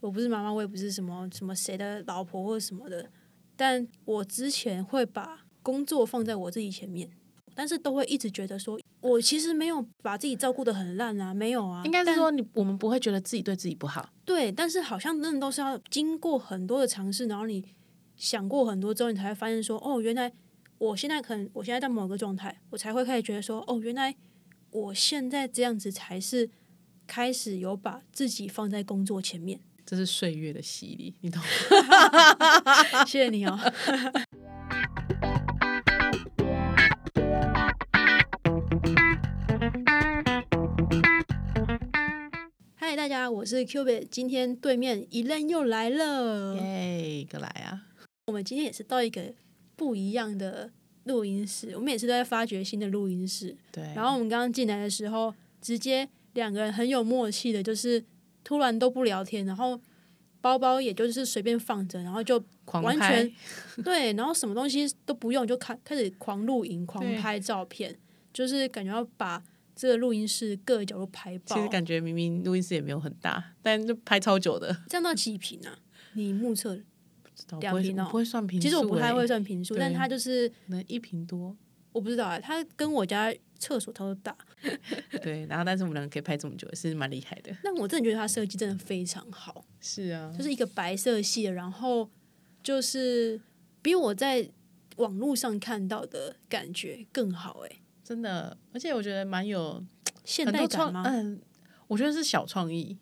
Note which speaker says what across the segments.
Speaker 1: 我不是妈妈，我也不是什么什么谁的老婆或者什么的，但我之前会把工作放在我自己前面，但是都会一直觉得说我其实没有把自己照顾的很烂啊，没有啊，
Speaker 2: 应该是
Speaker 1: 但
Speaker 2: 说你我们不会觉得自己对自己不好，
Speaker 1: 对，但是好像真的都是要经过很多的尝试，然后你想过很多之后，你才会发现说，哦，原来我现在可能我现在在某个状态，我才会开始觉得说，哦，原来我现在这样子才是开始有把自己放在工作前面。
Speaker 2: 这是岁月的洗礼，你懂 吗？
Speaker 1: 谢谢你哦。嗨，大家，我是 Q B，今天对面一任又来了。
Speaker 2: 耶，哥来啊！
Speaker 1: 我们今天也是到一个不一样的录音室，我们也是都在发掘新的录音室。
Speaker 2: 对，
Speaker 1: 然后我们刚刚进来的时候，直接两个人很有默契的，就是突然都不聊天，然后包包也就是随便放着，然后就
Speaker 2: 狂
Speaker 1: 完
Speaker 2: 拍
Speaker 1: 全 对，然后什么东西都不用，就开开始狂录影、狂
Speaker 2: 对
Speaker 1: 拍照片，就是感觉要把这个录音室各个角度拍爆。
Speaker 2: 其实感觉明明录音室也没有很大，但就拍超久的，
Speaker 1: 这样到几平啊？你目测，
Speaker 2: 不知道
Speaker 1: 两
Speaker 2: 不会
Speaker 1: 瓶哦
Speaker 2: 我不会算平数、
Speaker 1: 其实我不太会
Speaker 2: 欸，
Speaker 1: 算平数，
Speaker 2: 对
Speaker 1: 但它就是
Speaker 2: 可能一瓶多。
Speaker 1: 我不知道啊，它跟我家厕所差不多大。
Speaker 2: 对，然后但是我们两个可以拍这么久，也是蛮厉害的。
Speaker 1: 但我真的觉得它设计真的非常好，
Speaker 2: 是啊
Speaker 1: 就是一个白色系的，然后就是比我在网络上看到的感觉更好哎、
Speaker 2: 真的，而且我觉得蛮有
Speaker 1: 现
Speaker 2: 很
Speaker 1: 代
Speaker 2: 多
Speaker 1: 感
Speaker 2: 创，
Speaker 1: 吗？
Speaker 2: 嗯，我觉得是小创意，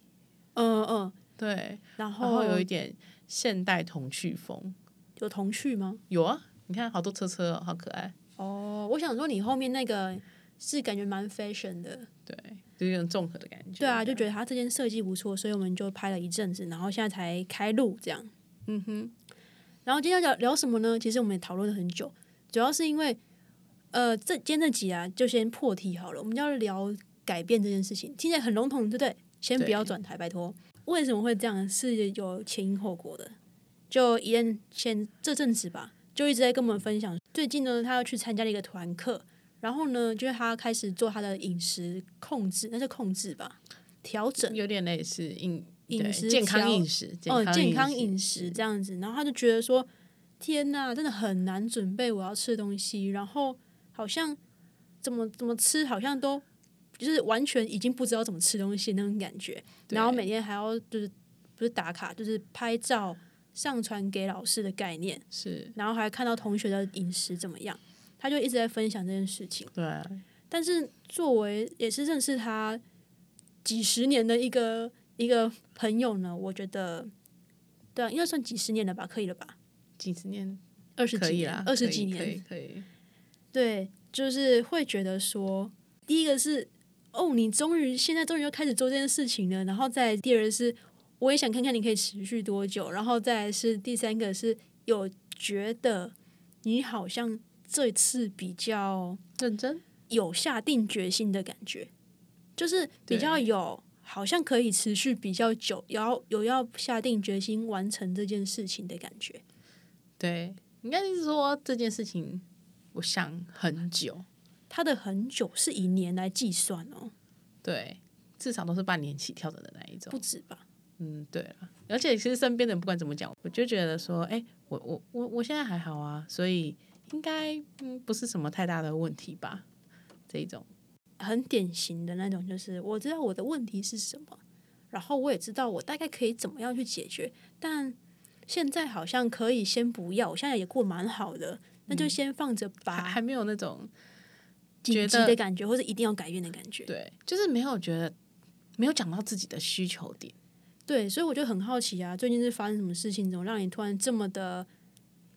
Speaker 1: 嗯嗯，
Speaker 2: 对，
Speaker 1: 然
Speaker 2: 然后
Speaker 1: 后
Speaker 2: 有一点现代童趣风，
Speaker 1: 有童趣吗？
Speaker 2: 有啊，你看好多车车、哦，好可爱，
Speaker 1: 哦，我想说你后面那个是感觉蛮 fashion 的，
Speaker 2: 对，就有点综合的感觉。
Speaker 1: 对啊，就觉得它这件设计不错，所以我们就拍了一阵子，然后现在才开录这样。
Speaker 2: 嗯哼，
Speaker 1: 然后今天要聊聊什么呢？其实我们也讨论了很久，主要是因为，呃，这今天这集啊，就先破题好了。我们要聊改变这件事情，听起来很笼统，对不对？先不
Speaker 2: 对
Speaker 1: 要转台，拜托。为什么会这样？是有前因后果的。就一任先这阵子吧，就一直在跟我们分享，最近呢，他要去参加了一个团课，然后呢，就是他开始做他的饮食控制，那是控制吧，调整。
Speaker 2: 有点类似饮
Speaker 1: 饮
Speaker 2: 对
Speaker 1: 食
Speaker 2: 健康
Speaker 1: 调
Speaker 2: 饮食，
Speaker 1: 哦，健康饮
Speaker 2: 饮
Speaker 1: 食这样子，然后他就觉得说，天呐，真的很难准备我要吃的东西，然后好像怎么怎么吃，好像都就是完全已经不知道怎么吃东西那种感觉，
Speaker 2: 对
Speaker 1: 然后每天还要就是不是打卡，就是拍照上传给老师的概念，
Speaker 2: 是，
Speaker 1: 然后还看到同学的饮食怎么样，他就一直在分享这件事情。
Speaker 2: 对啊，
Speaker 1: 但是作为也是认识他几十年的一个一个朋友呢，我觉得，对、啊，应该算几十年了吧，可以了吧？
Speaker 2: 几十年
Speaker 1: 二十
Speaker 2: 可
Speaker 1: 几
Speaker 2: 以
Speaker 1: 年
Speaker 2: 啦，，
Speaker 1: 二十
Speaker 2: 可以
Speaker 1: 几
Speaker 2: 可以
Speaker 1: 年，
Speaker 2: 可以，
Speaker 1: 对，就是会觉得说，第一个是哦，你终于现在终于要开始做这件事情了，然后再来第二个是，我也想看看你可以持续多久，然后再来是第三个是有觉得你好像这次比较
Speaker 2: 认真，
Speaker 1: 有下定决心的感觉，就是比较
Speaker 2: 对
Speaker 1: 有好像可以持续比较久，然后有要下定决心完成这件事情的感觉。
Speaker 2: 对，应该是说这件事情，我想很久，
Speaker 1: 他的很久是以年来计算哦，
Speaker 2: 对，至少都是半年起跳的那一种
Speaker 1: 不。止吧？
Speaker 2: 嗯，对了，而且其实身边的人不管怎么讲，我就觉得说，哎、我我我我现在还好啊，所以应该嗯不是什么太大的问题吧？这一种，
Speaker 1: 很典型的那种，就是我知道我的问题是什么，然后我也知道我大概可以怎么样去解决，但现在好像可以先不要，我现在也过蛮好的，那就先放着
Speaker 2: 嗯还
Speaker 1: 吧。
Speaker 2: 还没有那种
Speaker 1: 紧急
Speaker 2: 觉
Speaker 1: 的
Speaker 2: 得
Speaker 1: 感觉，或者一定要改变的感觉。
Speaker 2: 对，就是没有觉得没有讲到自己的需求点，
Speaker 1: 对，所以我就很好奇啊，最近是发生什么事情，怎么让你突然这么的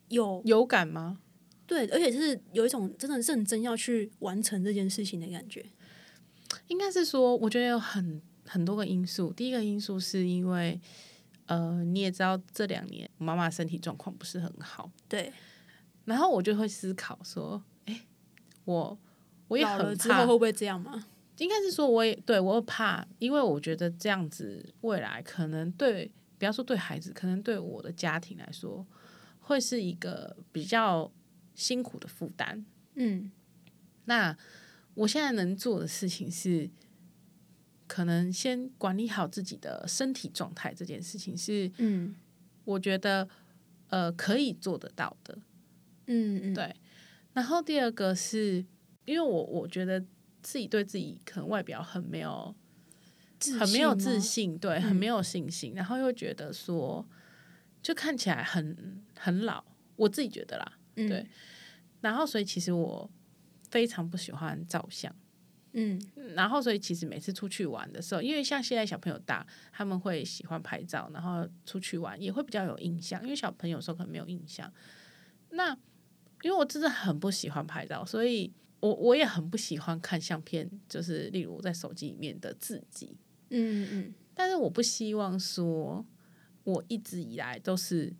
Speaker 1: 有
Speaker 2: 有感吗？
Speaker 1: 对，而且是有一种真的认真要去完成这件事情的感觉。
Speaker 2: 应该是说，我觉得有很很多个因素。第一个因素是因为，呃，你也知道这两年我妈妈身体状况不是很好，
Speaker 1: 对，
Speaker 2: 然后我就会思考说，哎、我我也
Speaker 1: 老了
Speaker 2: 很
Speaker 1: 之后
Speaker 2: 怕
Speaker 1: 会，不会这样吗？
Speaker 2: 应该是说我也对我又怕，因为我觉得这样子未来可能对，不要说对孩子，可能对我的家庭来说，会是一个比较辛苦的负担。
Speaker 1: 嗯，
Speaker 2: 那我现在能做的事情是，可能先管理好自己的身体状态这件事情是
Speaker 1: 嗯
Speaker 2: 我觉得呃可以做得到的。
Speaker 1: 嗯嗯，
Speaker 2: 对然后第二个是因为我我觉得自己对自己可能外表很没有
Speaker 1: 自
Speaker 2: 很没有自
Speaker 1: 吗，
Speaker 2: 信，对，很
Speaker 1: 嗯
Speaker 2: 没有信心，然后又觉得说就看起来很很老，我自己觉得啦。
Speaker 1: 嗯
Speaker 2: 对然后所以其实我非常不喜欢照相。
Speaker 1: 嗯
Speaker 2: 然后所以其实每次出去玩的时候，因为像现在小朋友大，他们会喜欢拍照，然后出去玩也会比较有印象，因为小朋友有时候可能没有印象。那因为我真的很不喜欢拍照，所以我我也很不喜欢看相片，就是例如我在手机里面的自己，
Speaker 1: 嗯嗯
Speaker 2: 但是我不希望说我一直以来都是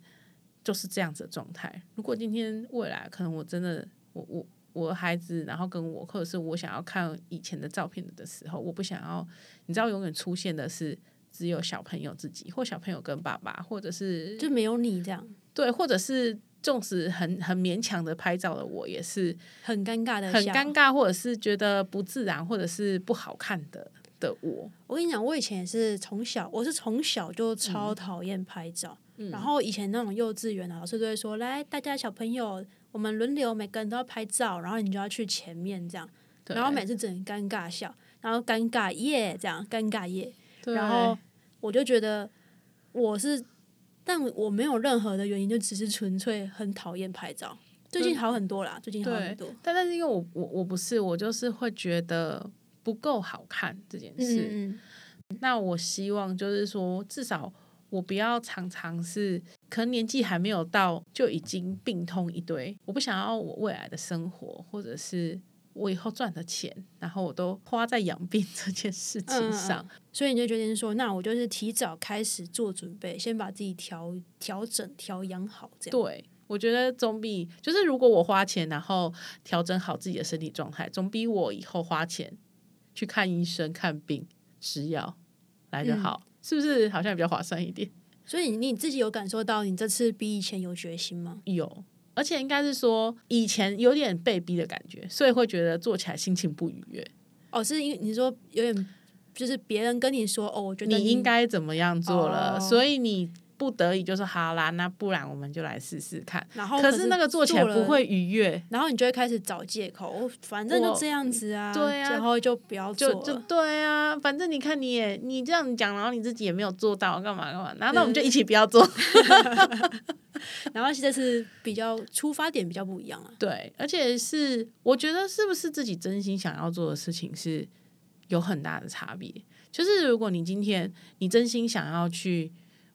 Speaker 2: 就是这样子的状态。如果今天未来可能我真的我我我的孩子，然后跟我，或者是我想要看以前的照片的时候，我不想要你知道永远出现的是只有小朋友自己，或小朋友跟爸爸，或者是
Speaker 1: 嗯，就没有你这样，
Speaker 2: 对，或者是纵使很很勉强的拍照的我，也是
Speaker 1: 很尴尬的，
Speaker 2: 很尴。尬，或者是觉得不自然，或者是不好看的的我。
Speaker 1: 我跟你讲，我以前也是从小，我是从小就超讨厌拍照。然后以前那种幼稚园的老师都会说：“来，大家小朋友，我们轮流，每个人都要拍照，然后你就要去前面这样。”
Speaker 2: 对
Speaker 1: 然后每次只能尴尬笑，然后尴尬耶这样，尴尬耶。
Speaker 2: 对
Speaker 1: 然后我就觉得我是，但我没有任何的原因，就只是纯粹很讨厌拍照。最近好很多啦，最近好很多。
Speaker 2: 但但是因为我我我不是，我就是会觉得不够好看这件事。
Speaker 1: 嗯嗯
Speaker 2: 那我希望就是说，至少我不要常常是可能年纪还没有到就已经病痛一堆。我不想要我未来的生活，或者是我以后赚的钱，然后我都花在养病 这件事情上。
Speaker 1: 嗯所以你就决定说，那我就是提早开始做准备，先把自己调调整、调养好，这样。
Speaker 2: 对，我觉得总比就是如果我花钱，然后调整好自己的身体状态，总比我以后花钱去看医生、看病、吃药来的好，是不是？好像比较划算一点。
Speaker 1: 所以你自己有感受到你这次比以前有决心吗？
Speaker 2: 有，而且应该是说以前有点被逼的感觉，所以会觉得做起来心情不愉悦。
Speaker 1: 哦，是因为你说有点，就是别人跟你说，哦，我觉得
Speaker 2: 你应该怎么样做了，
Speaker 1: 哦
Speaker 2: 所以你不得已就说好啦，那不然我们就来试试看。
Speaker 1: 然后
Speaker 2: 哦可是那个做起来
Speaker 1: 了
Speaker 2: 不会愉悦，
Speaker 1: 然后你就会开始找借口，我反正就
Speaker 2: 我
Speaker 1: 这样子啊，
Speaker 2: 对啊
Speaker 1: 然后就不要做
Speaker 2: 就就
Speaker 1: 了。
Speaker 2: 对啊，反正你看你也你这样讲，然后你自己也没有做到，干嘛干嘛，然后那我们就一起不 要做。
Speaker 1: 然后这次比较出发点比较不一样啊，
Speaker 2: 对，而且是我觉得是不是自己真心想要做的事情是有很大的差别。就是如果你今天你真心想要去，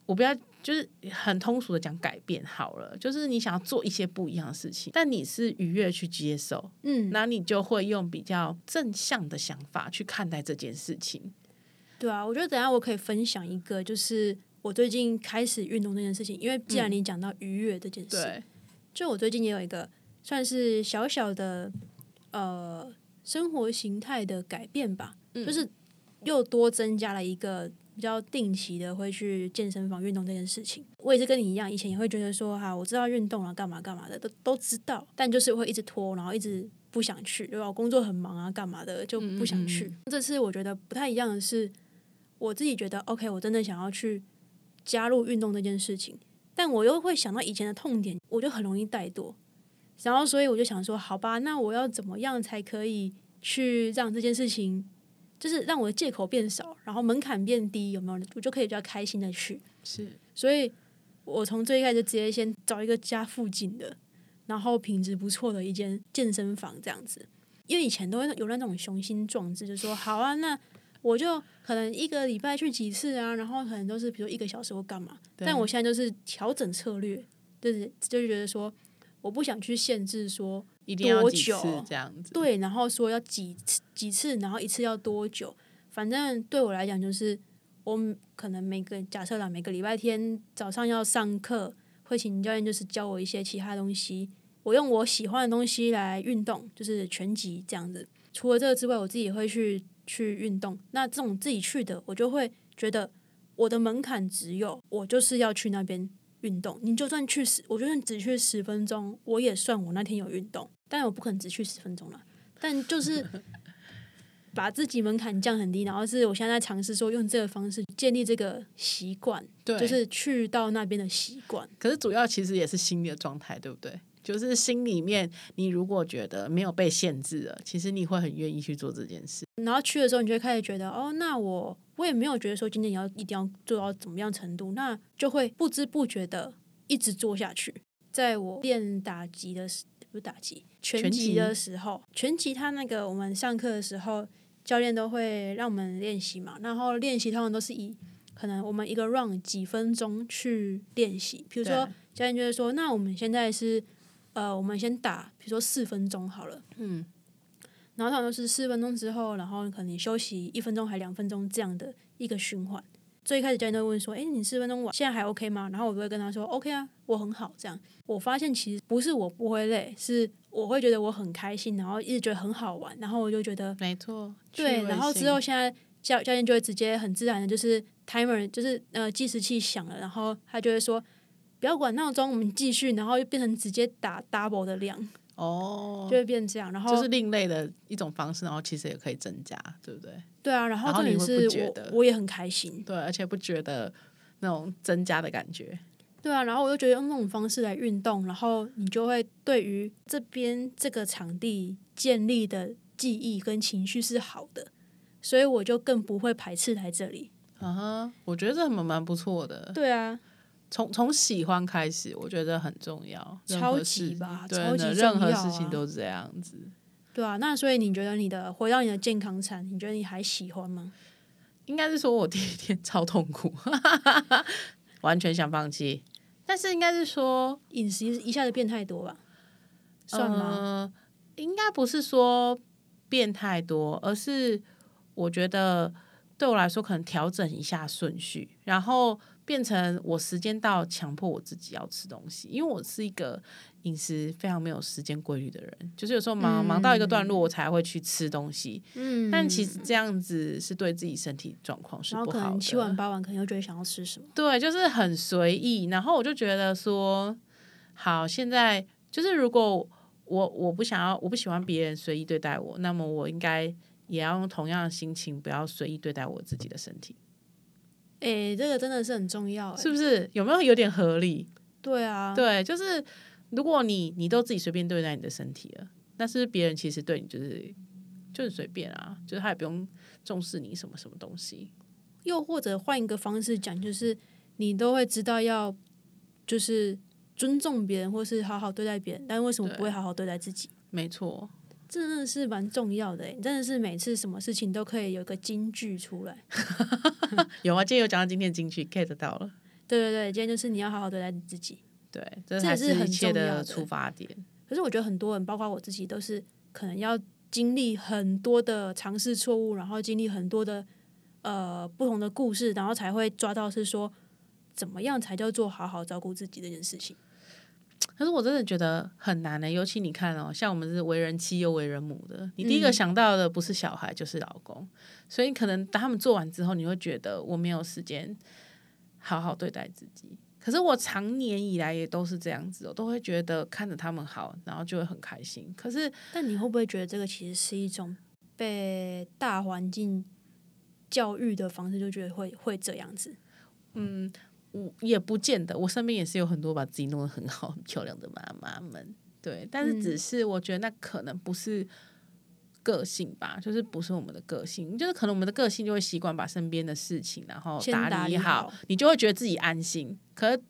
Speaker 2: 我不要就是很通俗的讲改变好了，就是你想要做一些不一样的事情，但你是愉悦去接受，
Speaker 1: 嗯，
Speaker 2: 那你就会用比较正向的想法去看待这件事情。
Speaker 1: 对啊，我觉得等一下我可以分享一个，就是我最近开始运动这件事情，因为既
Speaker 2: 嗯
Speaker 1: 然你讲到愉悦这件事，
Speaker 2: 对，
Speaker 1: 就我最近也有一个算是小小的呃生活形态的改变吧，
Speaker 2: 嗯
Speaker 1: 就是又多增加了一个比较定期的会去健身房运动这件事情。我也是跟你一样，以前也会觉得说哈、我知道运动啊，干嘛干嘛的，都都知道，但就是会一直拖，然后一直不想去，对吧？我工作很忙啊，干嘛的就不想去。这次我觉得不太一样的是，我自己觉得 OK，我真的想要去加入运动这件事情。但我又会想到以前的痛点，我就很容易怠惰，然后所以我就想说，好吧，那我要怎么样才可以去让这件事情，就是让我的借口变少，然后门槛变低，有没有？我就可以比较开心的去。
Speaker 2: 是
Speaker 1: 所以我从最开始直接先找一个家附近的，然后品质不错的一间健身房这样子，因为以前都会有那种雄心壮志，就说好啊，那我就可能一个礼拜去几次啊，然后可能都是比如一个小时或干嘛，
Speaker 2: 对
Speaker 1: 但我现在就是调整策略，就是就是觉得说我不想去限制说
Speaker 2: 一定要
Speaker 1: 多
Speaker 2: 几次
Speaker 1: 久
Speaker 2: 这样子。
Speaker 1: 对，然后说要几次几次，然后一次要多久？反正对我来讲，就是我们可能每个假设啦，每个礼拜天早上要上课，会请教练就是教我一些其他东西，我用我喜欢的东西来运动，就是拳击这样子。除了这个之外，我自己也会去去运动。那这种自己去的，我就会觉得我的门槛只有我就是要去那边运动。你就算去十，我就算只去十分钟，我也算我那天有运动。但我不可能只去十分钟了，但就是把自己门槛降很低，然后是我现在在尝试说用这个方式建立这个习惯，
Speaker 2: 对，
Speaker 1: 就是去到那边的习惯。
Speaker 2: 可是主要其实也是心理的状态，对不对？就是心里面，你如果觉得没有被限制了，其实你会很愿意去做这件事。
Speaker 1: 然后去的时候，你就会开始觉得，哦，那我我也没有觉得说今天你要一定要做到怎么样程度，那就会不知不觉的一直做下去。在我练打击的时，不是打击拳
Speaker 2: 拳
Speaker 1: 击
Speaker 2: 击
Speaker 1: 的时候，拳击它那个我们上课的时候，教练都会让我们练习嘛，然后练习通常都是以可能我们一个 round 几分钟去练习，比
Speaker 2: 比
Speaker 1: 如说教练就会说，那我们现在是呃，我们先打，比如说四分钟好了，
Speaker 2: 嗯，
Speaker 1: 然后通常都是四分钟之后，然后可能你休息一分钟还两分钟这样的一个循环。最一开始教练都会问说：“诶，你四分钟完现在还 OK 吗？”然后我就会跟他说：“OK 啊，我很好。”这样，我发现其实不是我不会累，是我会觉得我很开心，然后一直觉得很好玩，然后我就觉得
Speaker 2: 没错，趣
Speaker 1: 对。
Speaker 2: 味
Speaker 1: 然后
Speaker 2: 性
Speaker 1: 之后现在教教练就会直接很自然的，就是 timer 就是呃计时器响了，然后他就会说：“不要管闹钟，我们继续。”然后就变成直接打 double 的量，
Speaker 2: 哦，
Speaker 1: 就会变这样。然后
Speaker 2: 就是另类的一种方式，然后其实也可以增加，对不对？
Speaker 1: 对啊，然后
Speaker 2: 然后
Speaker 1: 重
Speaker 2: 你
Speaker 1: 点
Speaker 2: 会
Speaker 1: 是
Speaker 2: 不觉得
Speaker 1: 我我也很开心，
Speaker 2: 对，而且不觉得那种增加的感觉，
Speaker 1: 对啊，然后我就觉得用那种方式来运动，然后你就会对于这边这个场地建立的记忆跟情绪是好的，所以我就更不会排斥来这里。
Speaker 2: 啊哈，我觉得这蛮蛮不错的。
Speaker 1: 对啊，
Speaker 2: 从从喜欢开始，我觉得很重要，任
Speaker 1: 超
Speaker 2: 何
Speaker 1: 级
Speaker 2: 事
Speaker 1: 吧
Speaker 2: 对
Speaker 1: 超级
Speaker 2: 的
Speaker 1: 重
Speaker 2: 任何
Speaker 1: 要
Speaker 2: 事情
Speaker 1: 啊
Speaker 2: 都是这样子。
Speaker 1: 对啊，那所以你觉得你的回到你的健康餐，你觉得你还喜欢吗？
Speaker 2: 应该是说我第一天超痛苦，完全想放弃。但是应该是说，
Speaker 1: 饮食一下子变太多吧，算吗？
Speaker 2: 呃应该不是说变太多，而是我觉得对我来说，可能调整一下顺序，然后变成我时间到强迫我自己要吃东西，因为我是一个饮食非常没有时间规律的人，就是有时候忙、
Speaker 1: 嗯
Speaker 2: 忙到一个段落，我才会去吃东西。
Speaker 1: 嗯，
Speaker 2: 但其实这样子是对自己身体状况是
Speaker 1: 然后
Speaker 2: 不
Speaker 1: 可
Speaker 2: 好
Speaker 1: 能
Speaker 2: 的。
Speaker 1: 七晚八晚，可能又觉得想要吃什么。
Speaker 2: 对，就是很随意。然后我就觉得说，好，现在就是如果我我不想要，我不喜欢别人随意对待我，那么我应该也要用同样的心情，不要随意对待我自己的身体，
Speaker 1: 诶，这个真的是很重要、诶。
Speaker 2: 是不是？有没有有点合理？
Speaker 1: 对啊，
Speaker 2: 对，就是如果你你都自己随便对待你的身体了，但是别人其实对你就是就是随便啊，就是他也不用重视你什么什么东西。
Speaker 1: 又或者换一个方式讲，就是你都会知道要就是尊重别人，或是好好对待别人，但为什么
Speaker 2: 对
Speaker 1: 不会好好对待自己？
Speaker 2: 没错，
Speaker 1: 这真的是蛮重要的诶，欸你真的是每次什么事情都可以有一个金句出来。
Speaker 2: 有啊，今天有讲到今天的金句 get 到了。
Speaker 1: 对对对，今天就是你要好好对待你自己。
Speaker 2: 对，这
Speaker 1: 这也
Speaker 2: 才
Speaker 1: 是很
Speaker 2: 一切
Speaker 1: 重要
Speaker 2: 的
Speaker 1: 的
Speaker 2: 出发点。
Speaker 1: 可是我觉得很多人，包括我自己，都是可能要经历很多的尝试错误，然后经历很多的呃不同的故事，然后才会抓到是说怎么样才叫做好好照顾自己这件事情。
Speaker 2: 可是我真的觉得很难呢、尤其你看哦，像我们是为人妻又为人母的，你第一个
Speaker 1: 嗯
Speaker 2: 想到的不是小孩就是老公，所以可能当他们做完之后，你会觉得我没有时间好好对待自己。可是我常年以来也都是这样子、哦，我都会觉得看着他们好，然后就会很开心。可是
Speaker 1: 但你会不会觉得这个其实是一种被大环境教育的方式，就觉得会会这样子？
Speaker 2: 我也不见得，我身边也是有很多把自己弄得很好、很漂亮的妈妈们，对，但是
Speaker 1: 嗯
Speaker 2: 只是我觉得那可能不是个性吧，就是不是我们的个性，就是可能我们的个性就会习惯把身边的事情然后
Speaker 1: 先打
Speaker 2: 理
Speaker 1: 理好
Speaker 2: 你就会觉得自己安心。可是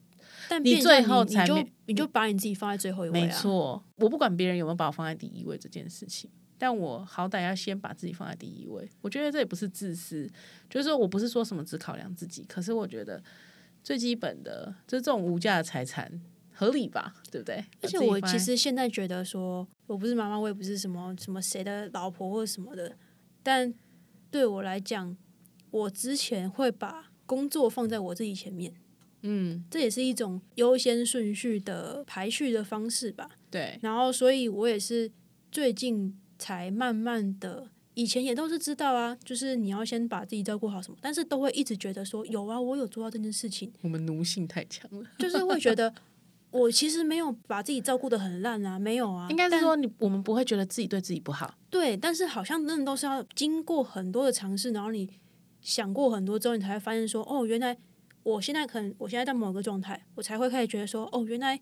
Speaker 1: 但
Speaker 2: 你
Speaker 1: 变相
Speaker 2: 最后才
Speaker 1: 你就
Speaker 2: 没
Speaker 1: 你就把你自己放在最后一位
Speaker 2: 没
Speaker 1: 啊，
Speaker 2: 错，我不管别人有没有把我放在第一位这件事情，但我好歹要先把自己放在第一位。我觉得这也不是自私，就是说我不是说什么只考量自己，可是我觉得最基本的就是这种无价的财产合理吧，对不对？
Speaker 1: 而且
Speaker 2: 把自己
Speaker 1: 我
Speaker 2: 放
Speaker 1: 其
Speaker 2: 在
Speaker 1: 实现在觉得说，我不是妈妈，我也不是什么什么谁的老婆或什么的，但对我来讲，我之前会把工作放在我自己前面，
Speaker 2: 嗯，
Speaker 1: 这也是一种优先顺序的排序的方式吧。
Speaker 2: 对
Speaker 1: 然后，所以我也是最近才慢慢的，以前也都是知道啊，就是你要先把自己照顾好什么，但是都会一直觉得说有啊，我有做到这件事情，
Speaker 2: 我们奴性太强了，
Speaker 1: 就是会觉得 我其实没有把自己照顾的很烂啊，没有啊，
Speaker 2: 应该是
Speaker 1: 但
Speaker 2: 说你我们不会觉得自己对自己不好，
Speaker 1: 对，但是好像真的都是要经过很多的尝试，然后你想过很多之后，你才会发现说，哦，原来我现在可能我现在在某个状态，我才会开始觉得说，哦，原来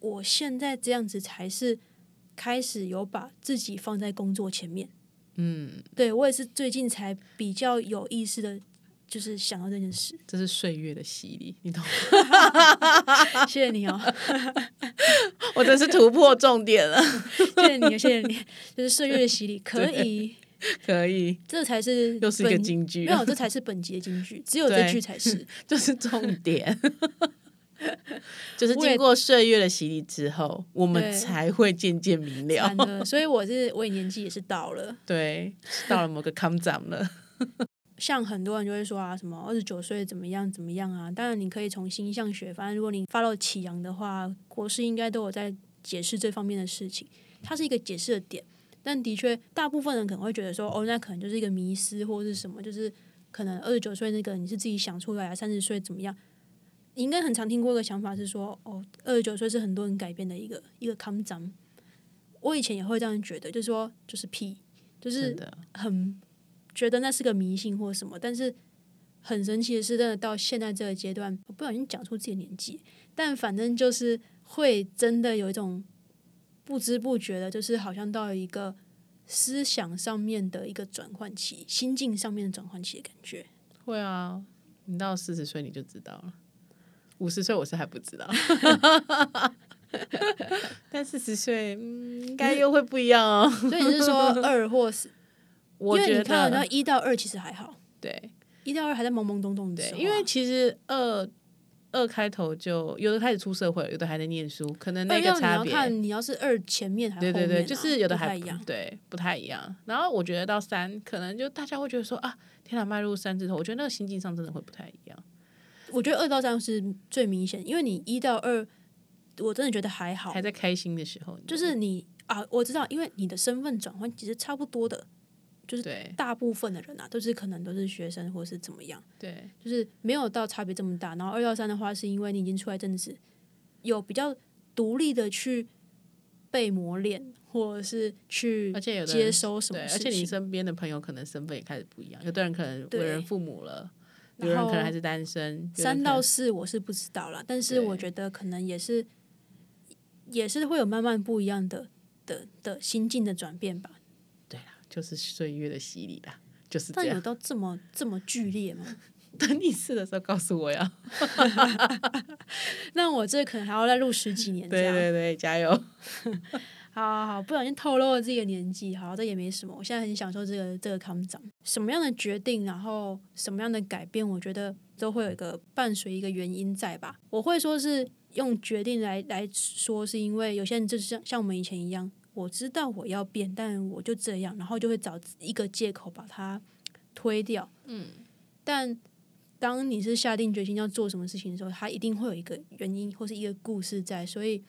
Speaker 1: 我现在这样子才是开始有把自己放在工作前面。
Speaker 2: 嗯，
Speaker 1: 对我也是最近才比较有意识的，就是想到这件事。
Speaker 2: 这是岁月的洗礼，你懂吗？
Speaker 1: 谢谢你哦，
Speaker 2: 我真是突破重点了，
Speaker 1: 谢谢你，谢谢你，就是岁月的洗礼，可以，
Speaker 2: 可以，
Speaker 1: 这才是
Speaker 2: 又是一个
Speaker 1: 本
Speaker 2: 金句
Speaker 1: 没，有，这才是本集的金句，只有
Speaker 2: 对
Speaker 1: 这句才是。
Speaker 2: 这是重点。 就是
Speaker 1: 我也
Speaker 2: 经过岁月的洗礼之后，我们
Speaker 1: 对
Speaker 2: 才会渐渐明了
Speaker 1: 惨。的，所以我是我也年纪也是到了，
Speaker 2: 对，到了某个 come down 了。
Speaker 1: 像很多人就会说啊，什么二十九岁怎么样怎么样啊。当然你可以从星象学，反正如果你发到启阳的话，国师应该都有在解释这方面的事情，它是一个解释的点。但的确，大部分人可能会觉得说，哦，那可能就是一个迷失或是什么，就是可能二十九岁那个你是自己想出来啊，三十岁怎么样？你应该很常听过一个想法是说，哦，二十九岁是很多人改变的一个一个康章。我以前也会这样觉得，就是说，就是屁，就是
Speaker 2: 真的，
Speaker 1: 很觉得那是个迷信或什么，但是很神奇的是，真的到现在这个阶段，我不小心讲出自己的年纪，但反正就是会真的有一种不知不觉的，就是好像到了一个思想上面的一个转换期，心境上面的转换 期的感觉。
Speaker 2: 会啊，你到四十岁你就知道了。五十岁我是还不 知道，但四十岁嗯，应该又会不一样 哦。
Speaker 1: 所以你是说二或是？
Speaker 2: 我
Speaker 1: 因为
Speaker 2: 觉
Speaker 1: 你看，啊然
Speaker 2: 得
Speaker 1: 后一到二其实还好，
Speaker 2: 对
Speaker 1: 一到二还在懵懵懂懂的
Speaker 2: 对
Speaker 1: 时，候啊，
Speaker 2: 因为其实二二开头就有的开始出社会了，有的还在念书，可能那
Speaker 1: 二
Speaker 2: 个
Speaker 1: 要你
Speaker 2: 差
Speaker 1: 要
Speaker 2: 别。
Speaker 1: 看你要是二前面还是
Speaker 2: 对
Speaker 1: 后
Speaker 2: 对
Speaker 1: 面、啊，
Speaker 2: 对，就是有的
Speaker 1: 不
Speaker 2: 还
Speaker 1: 太一
Speaker 2: 不
Speaker 1: 样。
Speaker 2: 对，不太一样。然后我觉得到三，可能就大家会觉得说啊，天哪，迈入三字头，我觉得那个心境上真的会不太一样。
Speaker 1: 我觉得二到三是最明显，因为你一到二，我真的觉得还好
Speaker 2: 还，在开心的时候，你
Speaker 1: 哦就是你啊，我知道，因为你的身份转换其实差不多的，就是
Speaker 2: 对
Speaker 1: 大部分的人啊，都是可能都是学生或是怎么样，
Speaker 2: 对
Speaker 1: 就是没有到差别这么大。然后二到三的话，是因为你已经出来阵子，有比较独立的去被磨练，或者是去
Speaker 2: 而且有的人
Speaker 1: 接收什
Speaker 2: 对，
Speaker 1: 么
Speaker 2: 而
Speaker 1: 事
Speaker 2: 且你
Speaker 1: 情。
Speaker 2: 身边的朋友可能身份也开始不一样，有的人可能
Speaker 1: 对
Speaker 2: 为人父母了，有
Speaker 1: 然
Speaker 2: 人可能
Speaker 1: 后
Speaker 2: 还是单身，有人
Speaker 1: 三
Speaker 2: 可
Speaker 1: 到
Speaker 2: 能
Speaker 1: 四我是不知道啦，但是
Speaker 2: 对
Speaker 1: 我觉得可能也是，也是会有慢慢不一样的的的心境的转变吧。
Speaker 2: 对啦，哎就是岁月的洗礼啦，就是这
Speaker 1: 但有
Speaker 2: 样。
Speaker 1: 到这么这么剧烈吗？
Speaker 2: 等你试的时候告诉我呀。
Speaker 1: 那我这可能还要再录十几年这
Speaker 2: 对
Speaker 1: 样。
Speaker 2: 对对，加油！
Speaker 1: 好好好，不小心透露了自己的年纪，好，这也没什么。我现在很享受这个这个康长，什么样的决定，然后什么样的改变，我觉得都会有一个伴随一个原因在吧。我会说是用决定来来说，是因为有些人就是像像我们以前一样，我知道我要变，但我就这样，然后就会找一个借口把它推掉。嗯，但当你是下定决心要做什么事情的时候，它一定会有一个原因或是一个故事在，所以。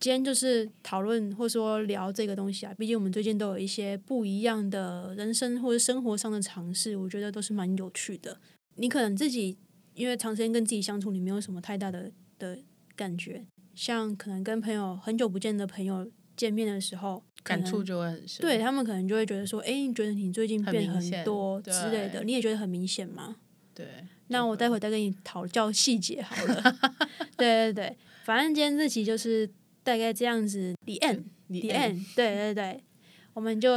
Speaker 1: 今天就是讨论或说聊这个东西啊，毕竟我们最近都有一些不一样的人生或者生活上的尝试，我觉得都是蛮有趣的。你可能自己因为长时间跟自己相处，你没有什么太大的的感觉，像可能跟朋友很久不见的朋友见面的时候，可能
Speaker 2: 感触就会很深。
Speaker 1: 对他们可能就会觉得说，哎，你觉得你最近
Speaker 2: 很
Speaker 1: 变
Speaker 2: 明
Speaker 1: 很
Speaker 2: 显
Speaker 1: 多之类的，
Speaker 2: 对
Speaker 1: 你也觉得很明显吗？
Speaker 2: 对，
Speaker 1: 那我待会再跟你讨教细节好 了。对对对，反正今天这集就是大概这样子，the end。
Speaker 2: 你
Speaker 1: The end，对对对，我们就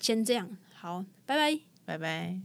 Speaker 1: 先这样，好，拜拜。
Speaker 2: 拜拜。